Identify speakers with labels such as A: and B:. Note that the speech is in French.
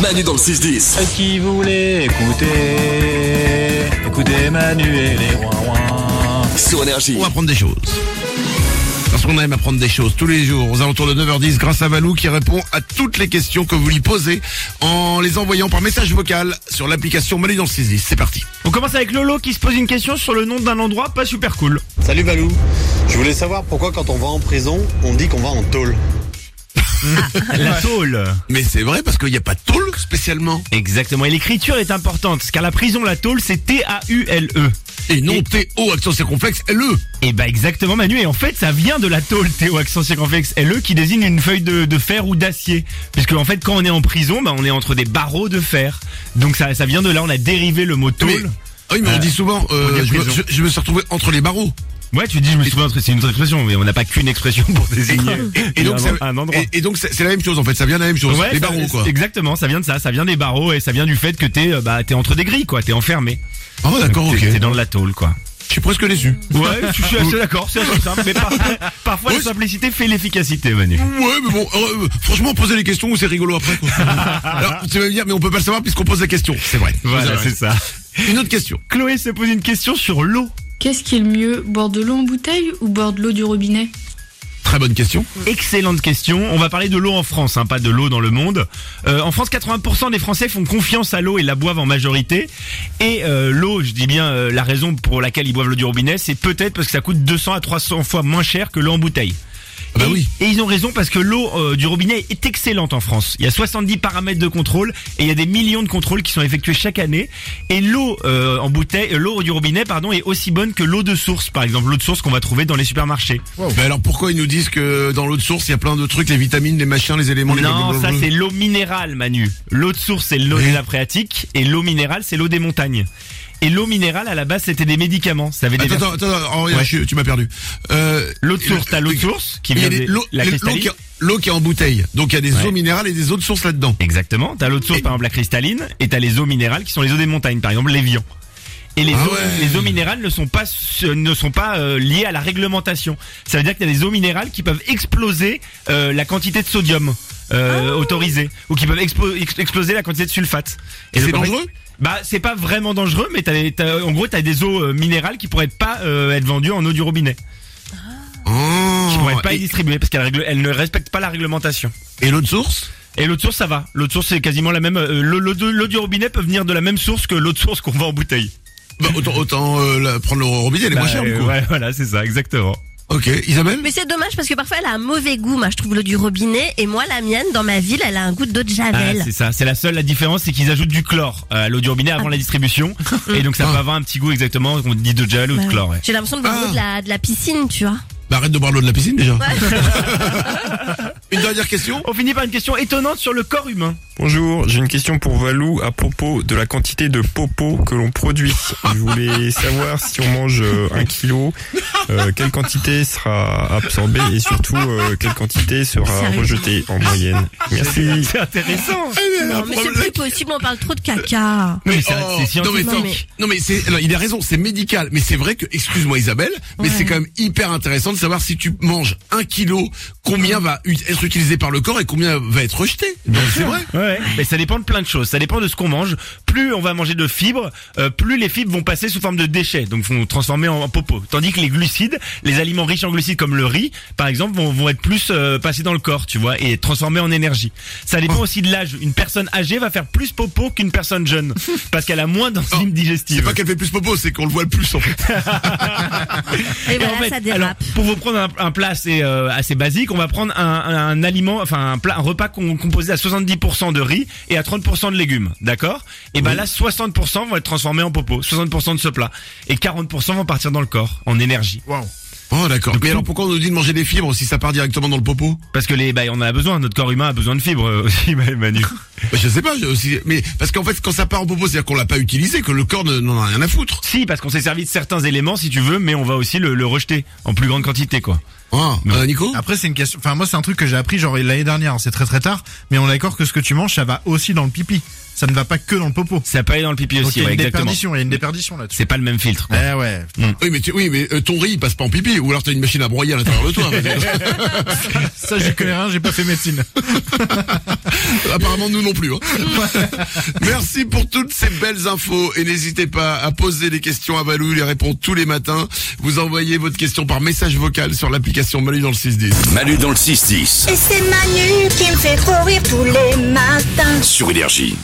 A: Manu dans le 6-10.
B: Ceux qui voulaient écouter, écoutez Manu et les rois
A: Sur Énergie.
C: On va apprendre des choses. Parce qu'on aime apprendre des choses tous les jours, aux alentours de 9h10, grâce à Valou qui répond à toutes les questions que vous lui posez en les envoyant par message vocal sur l'application Manu dans le 6-10. C'est parti.
D: On commence avec Lolo qui se pose une question sur le nom d'un endroit pas super cool.
E: Salut Valou, je voulais savoir pourquoi quand on va en prison, on dit qu'on va en tôle.
D: La tôle.
C: Mais c'est vrai parce qu'il n'y a pas de tôle spécialement.
D: Exactement. Et l'écriture est importante, car la prison, la tôle, c'est T-A-U-L-E.
C: Et non T-O, accent circonflexe, E. LE.
D: Et bah exactement Manu, et en fait ça vient de la tôle, Théo accent circonflexe LE, qui désigne une feuille de, de fer ou d'acier. Puisque en fait quand on est en prison, bah, on est entre des barreaux de fer. Donc ça, ça vient de là, on a dérivé le mot
C: Mais,
D: tôle.
C: Ah oui, mais on dit souvent, euh,
D: dit
C: je, me,
D: prison.
C: je- je me suis retrouvé entre les barreaux.
D: Ouais tu dis, je me souviens, c'est une autre expression, mais on n'a pas qu'une expression pour désigner
C: Et donc,
D: un,
C: ça-
D: un endroit.
C: et- et donc, c'est c'est la même chose en fait, ça vient de la même chose.
D: Ouais,
C: les
D: ça-
C: barreaux quoi.
D: Exactement, ça vient de ça, ça vient des barreaux et ça vient du fait que t'es euh, bah, t'es entre des grilles quoi, t'es enfermé.
C: Ah d'accord,
D: T'es-
C: ok.
D: T'es dans de la tôle quoi.
C: Je suis presque déçu.
D: Ouais, je suis assez d'accord, c'est assez simple, mais parfois, parfois la
C: Oui.
D: simplicité fait l'efficacité Manu.
C: Ouais, mais bon, euh, franchement, poser les questions, c'est rigolo après. Quoi. Alors, tu vas me dire, mais on peut pas le savoir puisqu'on pose la question. C'est vrai.
D: Voilà,
C: Vous avez
D: c'est ça.
C: raison. Une autre question.
D: Chloé se pose une question sur l'eau.
F: Qu'est-ce qui est le mieux, boire de l'eau en bouteille ou boire de l'eau du robinet
C: Très bonne question.
D: Excellente question. On va parler de l'eau en France, hein, pas de l'eau dans le monde. Euh, en France, 80% des Français font confiance à l'eau et la boivent en majorité. Et euh, l'eau, je dis bien euh, la raison pour laquelle ils boivent l'eau du robinet, c'est peut-être parce que ça coûte 200 à 300 fois moins cher que l'eau en bouteille.
C: Ah bah
D: et,
C: oui.
D: et ils ont raison parce que l'eau euh, du robinet est excellente en France. Il y a 70 paramètres de contrôle et il y a des millions de contrôles qui sont effectués chaque année. Et l'eau euh, en bouteille, euh, l'eau du robinet, pardon, est aussi bonne que l'eau de source, par exemple l'eau de source qu'on va trouver dans les supermarchés.
C: Mais alors, pourquoi ils nous disent que dans l'eau de source, il y a plein de trucs, les vitamines, les machins, les éléments, les
D: Non, ça
C: blablabla.
D: c'est l'eau minérale, Manu. L'eau de source c'est l'eau
C: Oui.
D: de la phréatique et l'eau minérale c'est l'eau des montagnes. Et l'eau minérale à la base c'était des médicaments. Ça avait des vers-
C: Attends, attends, attends, oh, regarde,
D: Ouais.
C: je- tu m'as perdu. Euh,
D: L'eau de source, t'as l'eau de source qui
C: il y
D: vient
C: a des-
D: de
C: l'eau
D: la
C: l'eau
D: cristalline.
C: qui, est- l'eau qui est en bouteille. Donc, il y a des
D: Ouais.
C: eaux minérales et des eaux de source là-dedans.
D: Exactement. T'as l'eau de source par exemple la cristalline et t'as les eaux minérales qui sont les eaux des montagnes, par exemple l'évian. Et les,
C: Ah
D: eaux,
C: ouais.
D: les eaux minérales ne sont pas su- ne sont pas euh, liées à la réglementation. Ça veut dire qu'il y a des eaux minérales qui peuvent exploser euh, la quantité de sodium euh, autorisée ou qui peuvent expo- ex- exploser la quantité de sulfate.
C: Et c'est
D: donc, en fait,
C: dangereux
D: Bah c'est pas vraiment dangereux, mais t'as, les- t'as- en gros t'as des eaux euh, minérales qui pourraient pas euh, être vendues en eau du robinet, qui
C: Oh,
D: pourraient pas
C: et-
D: être distribuées parce qu'elles règle- elles ne respectent pas la réglementation.
C: Et l'eau de source
D: Et l'eau de source ça va, l'eau de source c'est quasiment la même, euh, l'eau, l'eau de- l'eau du robinet peut venir de la même source que l'eau de source qu'on vend en bouteille.
C: bah, Autant, autant euh, la- prendre le robinet, elle est moins
D: Bah,
C: chère,
D: euh,
C: du coup.
D: ouais, voilà c'est ça exactement.
C: Ok, Isabelle
G: Mais c'est dommage parce que parfois elle a un mauvais goût. Moi, je trouve l'eau du robinet et moi, la mienne, dans ma ville, elle a un goût d'eau de
D: Ah,
G: javel.
D: c'est ça, c'est la seule la différence c'est qu'ils ajoutent du chlore euh, à l'eau du robinet avant la distribution et donc ça peut avoir un petit goût exactement qu'on dit de gel ou
G: Bah
D: de
G: ouais.
D: chlore. ouais.
G: J'ai l'impression de boire
C: Ah.
G: l'eau de la, de la piscine, tu vois.
C: Bah, arrête de boire l'eau de la piscine déjà. Une dernière question
D: On finit par une question étonnante sur le corps humain.
H: Bonjour, j'ai une question pour Valou à propos de la quantité de popo que l'on produit. Je voulais savoir si on mange euh, un kilo, euh, quelle quantité sera absorbée et surtout euh, quelle quantité sera
G: Sérieux
H: rejetée en moyenne. Merci.
D: C'est intéressant.
G: Non, mais c'est plus possible, on parle trop de caca.
D: Non, mais c'est-
C: Oh,
D: c'est
C: non mais,
D: scientifique.
C: attends.
G: mais-
C: non mais c'est, alors, il a raison, c'est médical, mais c'est vrai que, excuse-moi Isabelle, mais
G: Ouais.
C: c'est quand même hyper intéressant de savoir si tu manges un kilo, combien va ut- être utilisé par le corps et combien va être rejeté. Donc, c'est vrai.
D: Ouais. Mais ça dépend de plein de choses. Ça dépend de ce qu'on mange. Plus on va manger de fibres, euh, plus les fibres vont passer sous forme de déchets, donc vont transformer en, en popo. Tandis que les glucides, les aliments riches en glucides comme le riz, par exemple, vont, vont être plus euh, passés dans le corps, tu vois, et être transformés en énergie. Ça dépend aussi de l'âge. Une personne âgée va faire plus popo qu'une personne jeune, parce qu'elle a moins d'enzymes
C: C'est
D: digestives.
C: pas qu'elle fait plus popo, c'est qu'on le voit le plus en fait.
G: Et,
D: Et
G: voilà,
D: en fait,
G: ça
D: alors,
G: dérape.
D: pour vous prendre un, un plat assez, euh, assez basique, on va prendre un, un- un aliment, enfin un, plat, un repas qu'on composé à 70% de riz et à 30% de légumes, d'accord Et ben là, 60% vont être transformés en popo, 60% de ce plat, et 40% vont partir dans le corps en énergie,
C: Oh d'accord.
D: Donc,
C: Mais
D: tout-
C: alors pourquoi on nous dit de manger des fibres si ça part directement dans le popo
D: parce que les, bah, on en a besoin. Notre corps humain a besoin de fibres euh, aussi, Manu.
C: bah, Je sais pas, je- si- mais parce qu'en fait quand ça part en popo, c'est-à-dire qu'on l'a pas utilisé, que le corps ne- n'en a rien à foutre.
D: si, parce qu'on s'est servi de certains éléments, si tu veux, mais on va aussi le, le rejeter en plus grande quantité, quoi.
C: Ah,
D: Non.
C: euh, Nico
I: Après, c'est une question. Enfin, moi, c'est un truc que j'ai appris genre l'année dernière. C'est très très tard, mais on est d'accord que ce que tu manges, ça va aussi dans le pipi.
H: ça ne va pas que dans le popo.
D: Ça peut aller dans le pipi
H: Donc, il
D: aussi,
H: y a
D: ouais,
H: une
D: exactement.
H: déperdition, il y a une déperdition là-dessus.
D: C'est pas le même filtre. quoi.
H: Eh ouais.
C: Oui, mais, tu- oui, mais euh, ton riz, il passe pas en pipi. Ou alors t'as une machine à broyer à l'intérieur de toi. hein,
H: Ça, j'y connais rien, j'ai pas fait médecine.
C: Apparemment, nous non plus. hein. Merci pour toutes ces belles infos et n'hésitez pas à poser des questions à Valou, il les répond tous les matins. Vous envoyez votre question par message vocal sur l'application Malu dans le 610.
I: Manu dans le 6-10
G: Et c'est Manu qui me fait trop rire tous les matins.
I: sur Énergie.